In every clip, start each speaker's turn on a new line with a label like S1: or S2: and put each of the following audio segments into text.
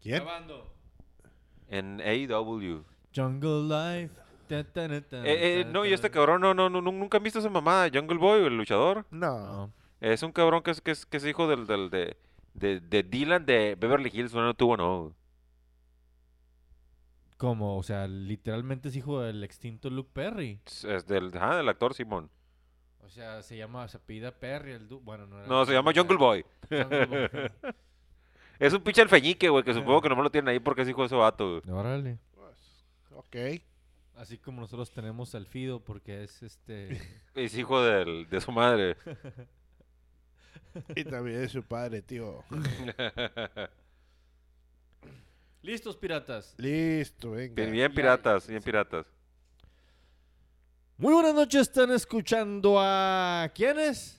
S1: ¿Quién?
S2: Grabando.
S3: en E AEW.
S2: Jungle Life. Ta, ta, na, ta,
S3: Eh, eh,
S2: ta,
S3: no, y
S2: ta.
S3: este cabrón, no, no, no, nu- nunca han visto esa mamada. Jungle Boy, el luchador.
S1: No.
S2: No.
S3: Es un cabrón que es, que es, que es hijo del, del- de, de, de Dylan de Beverly Hills 90210.
S2: Como, o sea, literalmente es hijo del extinto Luke Perry.
S3: Es- Es del, ajá, del actor Simón.
S2: O sea, se llama, se apellida Perry, el du- bueno, no era
S3: No, se
S2: Perry,
S3: llama
S2: era
S3: Jungle Boy.
S2: Jungle Boy.
S3: Es un pinche alfeñique, güey, que
S2: Ah.
S3: supongo que nomás lo tienen ahí porque es hijo de ese vato, güey.
S2: Órale.
S1: Pues, ok.
S2: Así como nosotros tenemos al Fido porque es este
S3: Es hijo del, de su madre.
S1: Y también es su padre, tío.
S2: Listos piratas.
S1: Listo, venga.
S3: Bien, bien piratas, bien piratas.
S2: Muy buenas noches, están escuchando a ¿quiénes?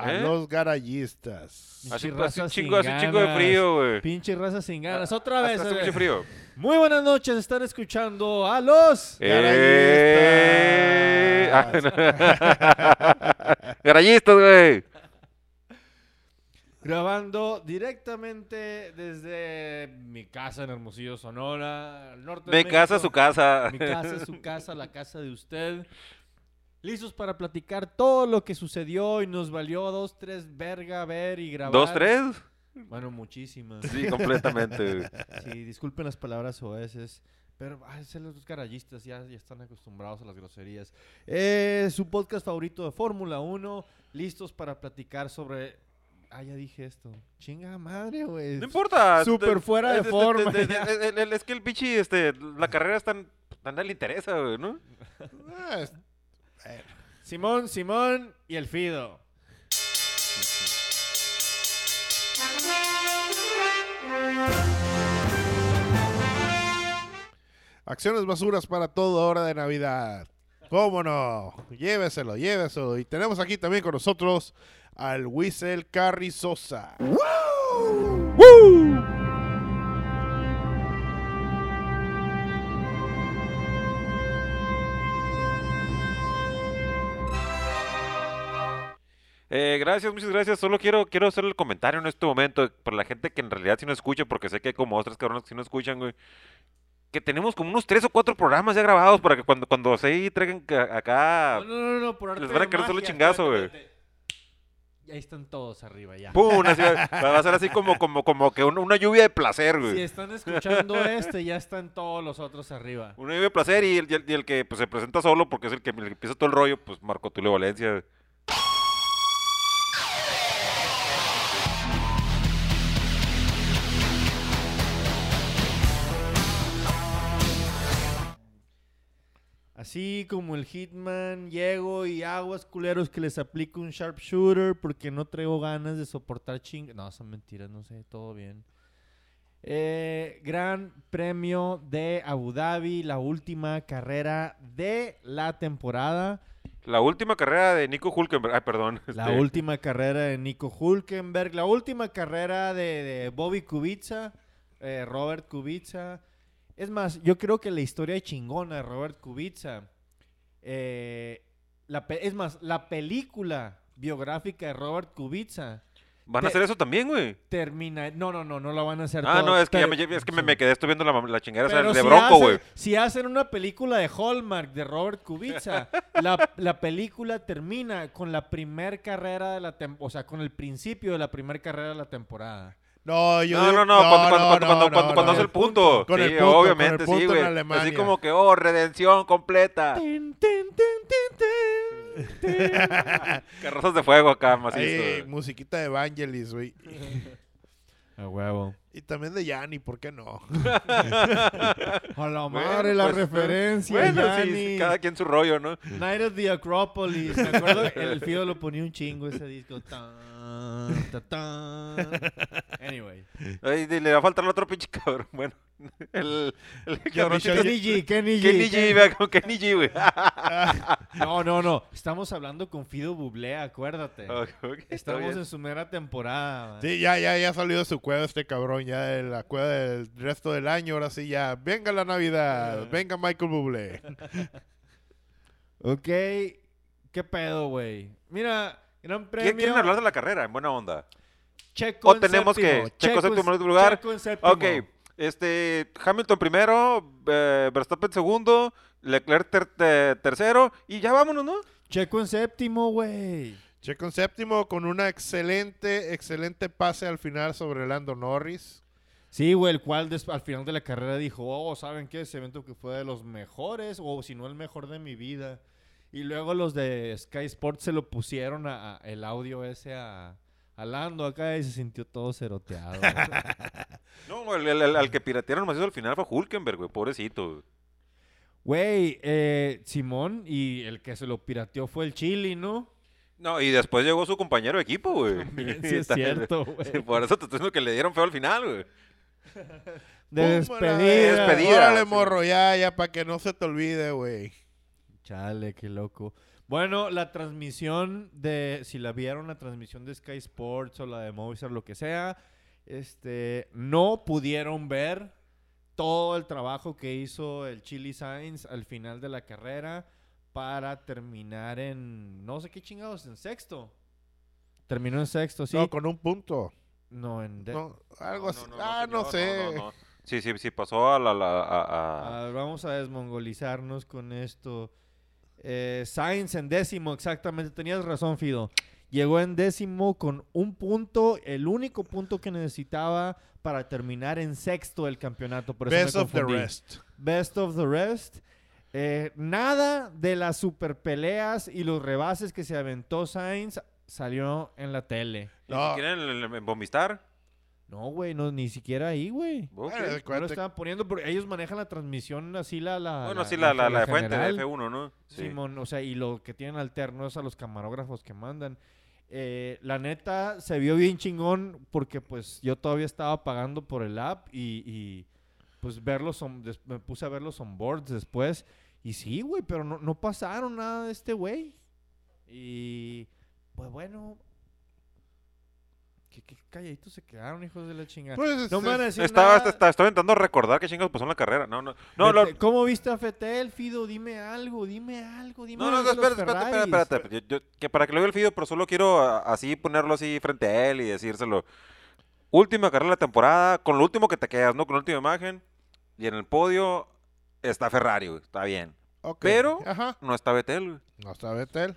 S1: A
S3: ¿Eh?
S1: los garayistas.
S2: Ah,
S3: Hace,
S2: raza
S3: hace un
S2: sin
S3: chingo, hace un chingo de
S2: ganas.
S3: frío, güey.
S2: Pinche raza sin ganas.
S3: Ah,
S2: Otra
S3: hace-
S2: vez.
S3: Hace
S2: eh.
S3: mucho frío.
S2: Muy buenas noches, están escuchando a los
S3: Eh, ah,
S1: Garayistas.
S3: no. Garayistas, güey.
S2: grabando directamente desde mi casa en Hermosillo, Sonora, al norte de
S3: De casa,
S2: México.
S3: su casa.
S2: Mi casa es su casa, la casa de usted. Listos para platicar todo lo que sucedió y nos valió dos, tres verga ver y grabar.
S3: ¿Dos, tres?
S2: Bueno, muchísimas.
S3: Sí, completamente. güey.
S2: Sí, disculpen las palabras oeces, pero ay, se los carayistas ya, ya están acostumbrados a las groserías. Eh, su podcast favorito de Fórmula 1, listos para platicar sobre... Ah, ya dije esto. Chinga madre, güey.
S3: No importa.
S2: Súper
S3: te-
S2: fuera de
S3: es- es-
S2: forma,
S3: es- es-
S2: ya.
S3: es- es- Es que el pichi, este, la carrera es tan, tan le interesa, güey, ¿no?
S1: Ah, es-
S2: Simón, Simón y el Fido.
S1: Acciones basuras para toda hora de Navidad. ¿Cómo no? Lléveselo, lléveselo. Y tenemos aquí también con nosotros al Whistle Carri Sosa.
S3: Eh, gracias, muchas gracias. Solo quiero, quiero hacer el comentario en este momento para la gente que en realidad sí no escucha, porque sé que hay como otras cabronas que sí no escuchan, güey. Que tenemos como unos tres o cuatro programas ya grabados para que cuando, cuando se traigan ca- acá.
S2: No, no, no, no, por arte
S3: Ah, Les van a
S2: de
S3: querer solo
S2: magia,
S3: chingazo,
S2: espérate, espérate. Y ahí están todos arriba ya.
S3: ¡Pum! Así va, va a ser así como, como, como que un- una lluvia de placer, güey.
S2: Si están escuchando este, ya están todos los otros arriba.
S3: Una lluvia de placer y el, y el- y el que pues, se presenta solo porque es el que, el que empieza todo el rollo, pues Marco Tulio Valencia.
S2: Así como el Hitman, llego y aguas culeros que les aplico un sharpshooter porque no traigo ganas de soportar ching... No, son mentiras, no sé, todo bien. Eh, gran premio de Abu Dhabi, la última carrera de la temporada.
S3: La última carrera de Nico Hulkenberg. Ay, perdón.
S2: La
S3: este,
S2: última carrera de Nico Hulkenberg, la última carrera de, de Bobby Kubica, eh, Robert Kubica. Es más, yo creo que la historia chingona de Robert Kubica, eh, la pe- es más, la película biográfica de Robert Kubica
S3: Van a hacer eso también, güey.
S2: termina... No, no, no, no la van a hacer
S3: Ah,
S2: todos,
S3: no, es que, ya
S2: pero-
S3: me, ya- es que me,
S2: sí.
S3: me quedé esto viendo la, mam- la chingadera esa
S2: Pero
S3: de
S2: si
S3: Bronco,
S2: hacen-
S3: güey.
S2: Si hacen una película de Hallmark de Robert Kubica, la, la película termina con la primer carrera de la temporada, o sea, con el principio de la primer carrera de la temporada.
S1: No, yo
S3: No, no,
S1: digo-
S3: no, cuando, cuando, cuando,
S1: no,
S3: cuando,
S1: no,
S3: cuando,
S1: no,
S3: cuando
S1: no.
S3: hace el punto.
S1: Con
S3: sí,
S1: el punto, con el
S3: obviamente,
S1: punto
S3: sí,
S1: en
S3: güey. Así
S1: Alemania.
S3: como que, oh, redención completa.
S2: Tin, tin, tin, tin, tin, tin.
S3: Carrozas de fuego acá,
S1: Ahí,
S3: macizo. güey.
S1: musiquita de Evangelis, güey.
S2: A huevo.
S1: Y también de Yanni, ¿por qué no?
S2: A la
S3: Bueno,
S2: madre, la
S3: pues,
S2: referencia,
S3: Bueno, sí, sí,
S2: Yanni.
S3: cada quien su rollo, ¿no?
S2: Night at the Acropolis. Me acuerdo que el Fido lo ponía un chingo ese disco. Tan, ta, tan. Anyway.
S3: Ay, y le va a faltar el otro pinche cabrón. Bueno, el, el cabroncito-
S2: Kenny G, Kenny G.
S3: Kenny G, vea, con Kenny G, güey. Ah,
S2: No, no, no. Estamos hablando con Fido Bublé, acuérdate.
S3: Ok, ok, está
S2: Estamos
S3: bien.
S2: en su mera temporada.
S1: Sí, ya, ya, ya salió de su cueva este cabrón, ya de la cueva del resto del año, ahora sí ya. Venga la
S2: Eh.
S1: Navidad, venga Michael Bublé.
S2: Ok. ¿Qué pedo, güey? Mira, gran premio.
S3: ¿Quién quieren hablar de la carrera? En buena onda.
S2: Checo
S3: o
S2: en
S3: tenemos que
S2: séptimo.
S3: Checo séptimo
S2: en-
S3: lugar?
S2: Checo en séptimo.
S3: Ok, Este, Hamilton primero, eh, Verstappen segundo, Leclerc ter- te- tercero, y ya vámonos, ¿no?
S2: Checo en séptimo, güey.
S1: Checo en séptimo con una excelente, excelente pase al final sobre Lando Norris.
S2: Sí, güey, el cual des- al final de la carrera dijo, oh, ¿saben qué? Ese evento que fue de los mejores, o si no el mejor de mi vida. Y luego los de Sky Sports se lo pusieron a, a- el audio ese a, a Lando acá y se sintió todo ceroteado.
S3: No, el, el- el- al que piratearon más hizo al final fue Hulkenberg, güey, pobrecito. güey.
S2: Güey, eh, Simón y el que se lo pirateó fue el Chili, ¿no?
S3: No, y después llegó su compañero de equipo, güey.
S2: Bien, sí es
S3: También,
S2: cierto,
S3: sí,
S2: güey.
S3: Por eso te estoy diciendo que le dieron feo al final, güey.
S2: De
S1: ¡Pum! A la
S2: despedida.
S3: despedida.
S1: Órale,
S3: sí.
S1: morro, ya, ya, para que no se te olvide, güey.
S2: Chale, qué loco. Bueno, la transmisión de, si la vieron, la transmisión de Sky Sports o la de Movistar, lo que sea, este, no pudieron ver todo el trabajo que hizo el Chili Sainz al final de la carrera para terminar en, no sé qué chingados, en sexto. Terminó en sexto, sí.
S1: No, con un punto.
S2: No, en... de-
S1: No, algo
S3: No,
S1: así.
S3: no, no,
S1: ah,
S3: señor,
S1: no sé.
S3: no. Sí, sí, sí, pasó a la... la- a- a-
S2: A ver, vamos a desmongolizarnos con esto. Eh, Sainz en décimo, exactamente. Tenías razón, Fido. Llegó en décimo con un punto, el único punto que necesitaba para terminar en sexto del campeonato. Por eso me
S1: Best of the
S2: confundí.
S1: rest.
S2: Best of the rest. Eh, nada de las super peleas y los rebases que se aventó Sainz salió en la tele.
S3: ¿Y
S1: No.
S3: si quieren en- en- en Bombistar?
S2: No, güey, no, ni siquiera ahí, güey.
S3: Ok.
S1: Bueno,
S2: No lo
S1: acuérdate-
S2: estaban poniendo porque ellos manejan la transmisión así la... la
S3: Bueno, sí, la, la, la de fuente de
S2: general.
S3: F1, ¿no? Sí.
S2: Simón, o sea, y lo que tienen alterno es a los camarógrafos que mandan. Eh, la neta se vio bien chingón porque pues yo todavía estaba pagando por el app y, y, pues verlos me puse a ver los onboards después y sí, güey, pero no, no pasaron nada de este güey. Y pues bueno, qué, qué calladitos se quedaron, hijos de la chingada.
S1: Pues,
S2: no me van a
S1: es-
S2: decir
S3: Estaba,
S2: nada.
S3: esta- estaba intentando recordar qué chingados pasó en la carrera. No, no, no, lo-
S2: Fete- Este, ¿Cómo viste a Fetel, Fido? Dime algo, dime algo, dime
S3: No, no,
S2: algo
S3: no,
S2: de los
S3: espérate, espérate, espérate,
S2: Ferraris.
S3: espérate. Yo- yo- que para que lo vea el Fido, pero solo quiero a- así ponerlo así frente a él y decírselo. Última carrera de la temporada, con lo último que te quedas, ¿no? Con la última imagen. Y en el podio está Ferrari, güey, Está bien.
S1: ok.
S3: pero-
S1: Ajá.
S3: No está Betel, güey.
S1: No está Betel.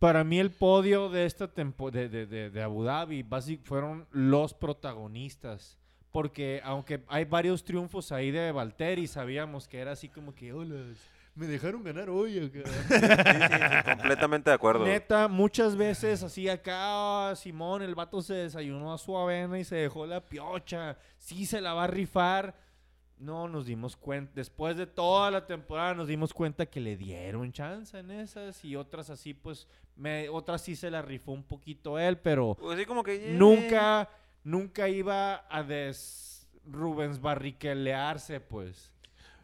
S2: Para mí el podio de esta tempo- de, de- de- de Abu Dhabi básicamente fueron los protagonistas. Porque aunque hay varios triunfos ahí de Valtteri, sabíamos que era así como que, hola, me dejaron ganar hoy acá".
S3: Completamente de acuerdo. güey.
S2: Neta, muchas veces así acá, ah, Simón, el vato se desayunó a su avena y se dejó la piocha. Sí se la va a rifar. No, nos dimos cuenta, después de toda la temporada nos dimos cuenta que le dieron chance en esas y otras así, pues, me, otras sí se la rifó un poquito él, pero
S3: Pues así como que. eh,
S2: nunca, nunca iba a des Rubens barriquelearse, pues.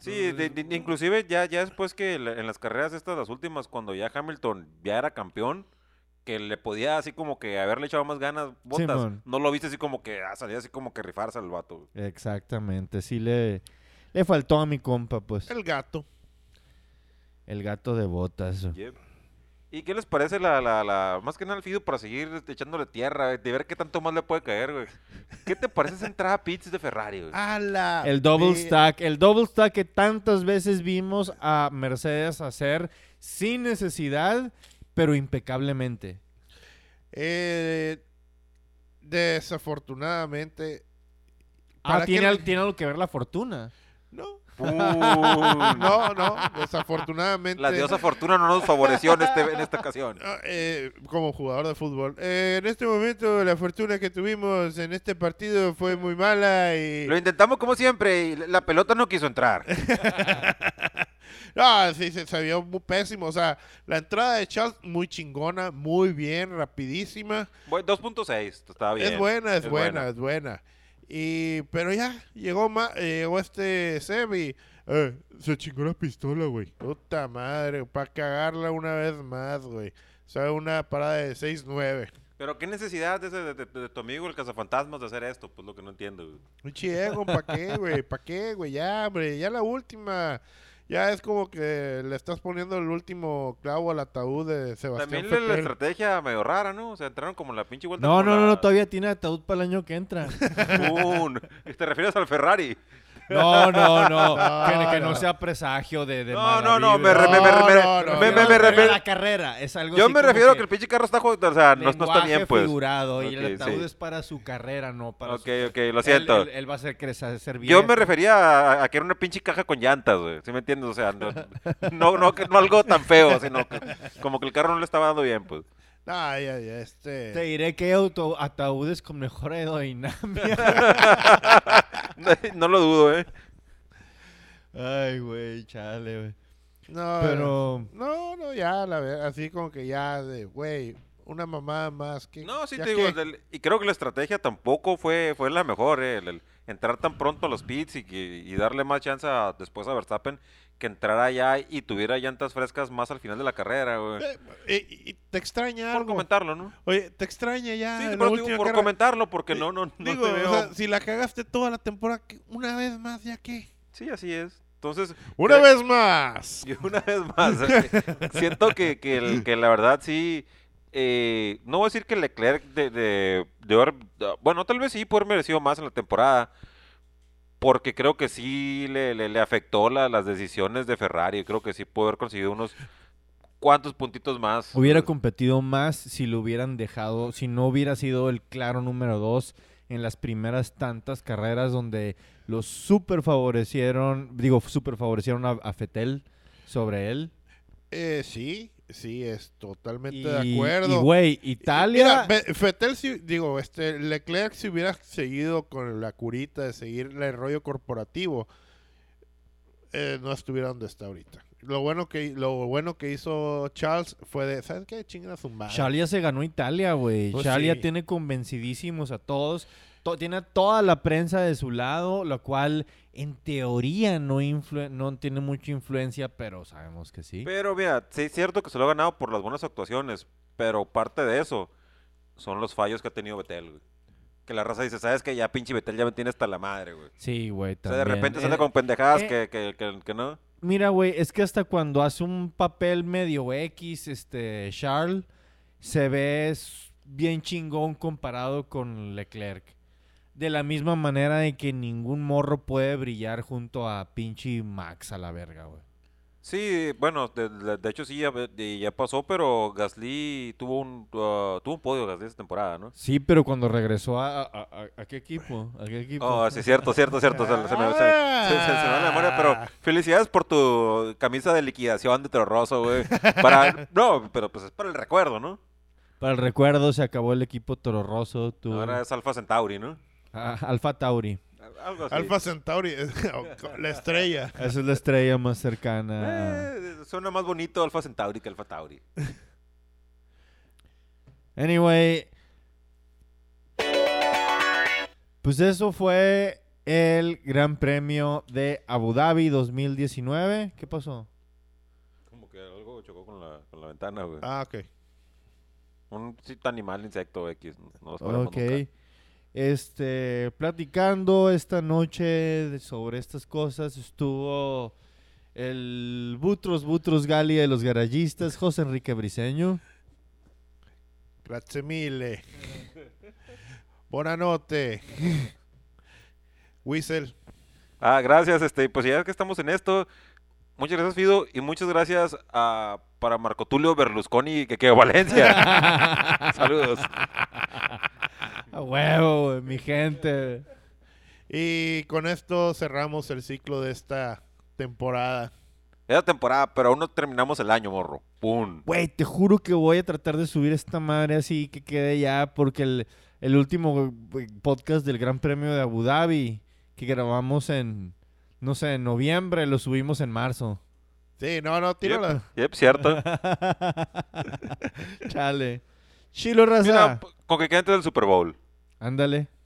S3: Sí, de- de- inclusive ya, ya después que la- en las carreras estas, las últimas, cuando ya Hamilton ya era campeón, que le podía así como que haberle echado más ganas, botas.
S2: Simón.
S3: no lo viste así como que ah, salía así como que rifarse al vato. güey.
S2: Exactamente, sí le, le faltó a mi compa, pues.
S1: El gato.
S2: El gato de botas.
S3: Yep. ¿Y qué les parece la, la, la- más que nada el Fido para seguir este, echándole tierra, eh, de ver qué tanto más le puede caer, güey? ¿Qué te parece esa entrada a pits de Ferrari, güey?
S1: A la
S3: Ah,
S2: El double
S1: vi-
S2: stack, el double stack que tantas veces vimos a Mercedes hacer sin necesidad, pero impecablemente.
S1: Eh, desafortunadamente.
S2: Ah,
S1: ¿Para
S2: tiene,
S1: qué
S2: al-
S1: le-
S2: tiene algo que ver la fortuna.
S1: No.
S3: Pum.
S1: No, no. Desafortunadamente.
S3: La diosa fortuna no nos favoreció en, este, en esta ocasión.
S1: Ah, eh, como jugador de fútbol. Eh, en este momento la fortuna que tuvimos en este partido fue muy mala y...
S3: Lo intentamos como siempre y la pelota no quiso entrar.
S1: No, sí, se, se vio muy pésimo. O sea, la entrada de Charles muy chingona, muy bien, rapidísima.
S3: Bueno, 2.6, está bien.
S1: Es buena, es,
S3: es
S1: buena,
S3: buena.
S1: es buena. Y, pero ya, llegó, ma- llegó este Sebi. Eh, se chingó la pistola, güey. Puta madre, para cagarla una vez más, güey. O sea, una parada de 6-9.
S3: Pero qué necesidad de, ese- de- de- de tu amigo el cazafantasmas de hacer esto, pues lo que no entiendo. güey.
S1: Un chiego, ¿pa' qué, güey? ¿Pa' qué, güey? Ya, hombre, ya la última. Ya es como que le estás poniendo el último clavo al ataúd de Sebastián
S3: También la, la
S1: Vettel.
S3: estrategia medio rara, ¿no? O sea, entraron como la pinche vuelta.
S2: No,
S3: como
S2: no, no,
S3: la-
S2: no, todavía tiene ataúd para el año que entra.
S3: Pum. ¿Te refieres al Ferrari?
S2: No, no, no.
S1: No,
S2: que, que no
S1: no.
S2: sea presagio de. de
S3: No,
S2: mala
S3: no, no,
S2: vibra.
S3: me re- me- me- me-
S1: No, no,
S3: me-
S1: no,
S3: me-
S1: no,
S3: me-
S2: Pero
S3: me-
S2: la carrera es algo
S3: Yo
S2: así
S3: me
S2: como
S3: refiero a que el pinche carro está, jo- o sea, no, no está
S2: lenguaje
S3: bien, pues.
S2: figurado y
S3: Ok,
S2: el ataúd
S3: sí.
S2: es para su carrera, no para
S3: Ok,
S2: su-
S3: ok, lo siento.
S2: Él, él- él va a ser crecer, ser
S3: Yo me
S2: viejo.
S3: refería a, a que era una pinche caja con llantas, güey. ¿Sí me entiendes? O sea, no, no, no, que- no algo tan feo, sino que- como que el carro no le estaba dando bien, pues.
S1: Ay, ay, ay, este.
S2: Te diré que hay auto- ataúdes con mejor aerodinámica.
S3: No, no lo dudo, ¿eh?
S2: Ay, güey, chale, güey.
S1: No,
S2: Pero.
S1: no, no, ya, la verdad, así como que ya de, güey, una mamá más que.
S3: No, sí
S1: ¿ya
S3: te digo,
S1: qué?
S3: el del- y creo que la estrategia tampoco fue, fue la mejor, ¿eh? El- el entrar tan pronto a los pits y, que- y darle más chance a- después a Verstappen que entrara ya y tuviera llantas frescas más al final de la carrera, güey.
S1: Eh, eh, y- y te extraña
S3: Por
S1: algo.
S3: comentarlo, ¿no?
S1: Oye, te extraña ya.
S3: Sí,
S1: Ah, en la
S3: pero digo,
S1: última
S3: por
S1: carrera.
S3: comentarlo, porque no, no, no
S1: Digo,
S3: te
S1: o
S3: veo.
S1: sea, si la cagaste toda la temporada, ¿qué? una vez más, ¿ya qué?
S3: Sí, así es. Entonces,
S1: ¡Una
S3: creo-
S1: vez más!
S3: Y una vez más, eh, siento que, que el- que la verdad sí, eh, no voy a decir que Leclerc de, de, de haber- bueno, tal vez sí puede haber merecido más en la temporada, porque creo que sí le, le- le afectó la- las decisiones de Ferrari, creo que sí pudo haber conseguido unos cuantos puntitos más.
S2: Hubiera competido más si lo hubieran dejado, si no hubiera sido el claro número dos en las primeras tantas carreras donde los super favorecieron, digo, super favorecieron a, a Fetel sobre él.
S1: Eh, sí, sí, es totalmente
S2: Y,
S1: de
S2: y,
S1: acuerdo.
S2: güey, Italia.
S1: Mira, Fe- Fetel, si- digo, este, Leclerc si hubiera seguido con la curita de seguir el rollo corporativo, eh, no estuviera donde está ahorita. Lo bueno que lo bueno que hizo Charles fue de, ¿sabes qué? Chinga su madre.
S2: Charlie ya se ganó Italia, güey.
S1: Pues
S2: Charlie ya
S1: sí.
S2: tiene convencidísimos a todos. To- tiene a toda la prensa de su lado, lo cual en teoría no, influ- no tiene mucha influencia, pero sabemos que sí.
S3: Pero mira, sí es cierto que se lo ha ganado por las buenas actuaciones, pero parte de eso son los fallos que ha tenido Betel, Que la raza dice, sabes que ya pinche Betel ya me tiene hasta la madre, güey.
S2: Sí, güey.
S3: O sea, de
S2: también.
S3: repente
S2: Eh,
S3: sale con pendejadas
S2: eh.
S3: que, que, que, que no.
S2: Mira, güey, es que hasta cuando hace un papel medio X, este, Charles, se ve s- bien chingón comparado con Leclerc. De la misma manera de que ningún morro puede brillar junto a pinche Max a la verga, güey.
S3: Sí, bueno, de, de- de hecho sí, ya, ve- de- ya pasó, pero Gasly tuvo un, ah, tuvo un podio Gasly esta temporada, ¿no?
S2: Sí, pero cuando regresó a, a- a- a qué equipo, a qué equipo.
S3: Oh, sí, cierto, cierto, cierto. Se, se me, se- se- se- se me va la memoria,
S2: Ah.
S3: pero felicidades por tu camisa de liquidación de Terroroso, güey. Para, no, pero pues es para el recuerdo, ¿no?
S2: Para el recuerdo se acabó el equipo Toro Rosso, tu
S3: Ahora es Alfa Centauri, ¿no?
S2: Ah, Alfa Tauri.
S3: Al- Algo así.
S1: Alfa Centauri, la estrella.
S2: Esa es la estrella más cercana.
S3: Eh, suena más bonito Alfa Centauri que Alfa Tauri.
S2: Anyway. Pues eso fue el Gran Premio de Abu Dhabi 2019. ¿Qué pasó?
S3: Como que algo chocó con la, con la ventana, güey.
S1: Ah, ok.
S3: Un sí, animal, insecto X. No, no los podemos
S2: Ok.
S3: pues, nunca.
S2: Este, platicando esta noche de- sobre estas cosas, estuvo el Butros Butros Gali de los Garayistas, José Enrique Briseño.
S1: Grazie mille. Buonanotte. Whistle.
S3: Ah, gracias, este, pues ya que estamos en esto, muchas gracias Fido y muchas gracias a, para Marco Tulio Berlusconi que quedó Valencia. Saludos.
S2: A huevo, güey, mi gente.
S1: Y con esto cerramos el ciclo de esta temporada.
S3: Era temporada, pero aún no terminamos el año, morro. ¡Pum!
S2: Güey, te juro que voy a tratar de subir esta madre así que quede ya, porque el, el último güey, podcast del Gran Premio de Abu Dhabi que grabamos en, no sé, en noviembre, lo subimos en marzo.
S1: Sí, no, no, tírala.
S3: Yep, cierto.
S2: Chale. Chilo, raza.
S3: Mira, p- con que quede antes del Super Bowl.
S2: Ándale.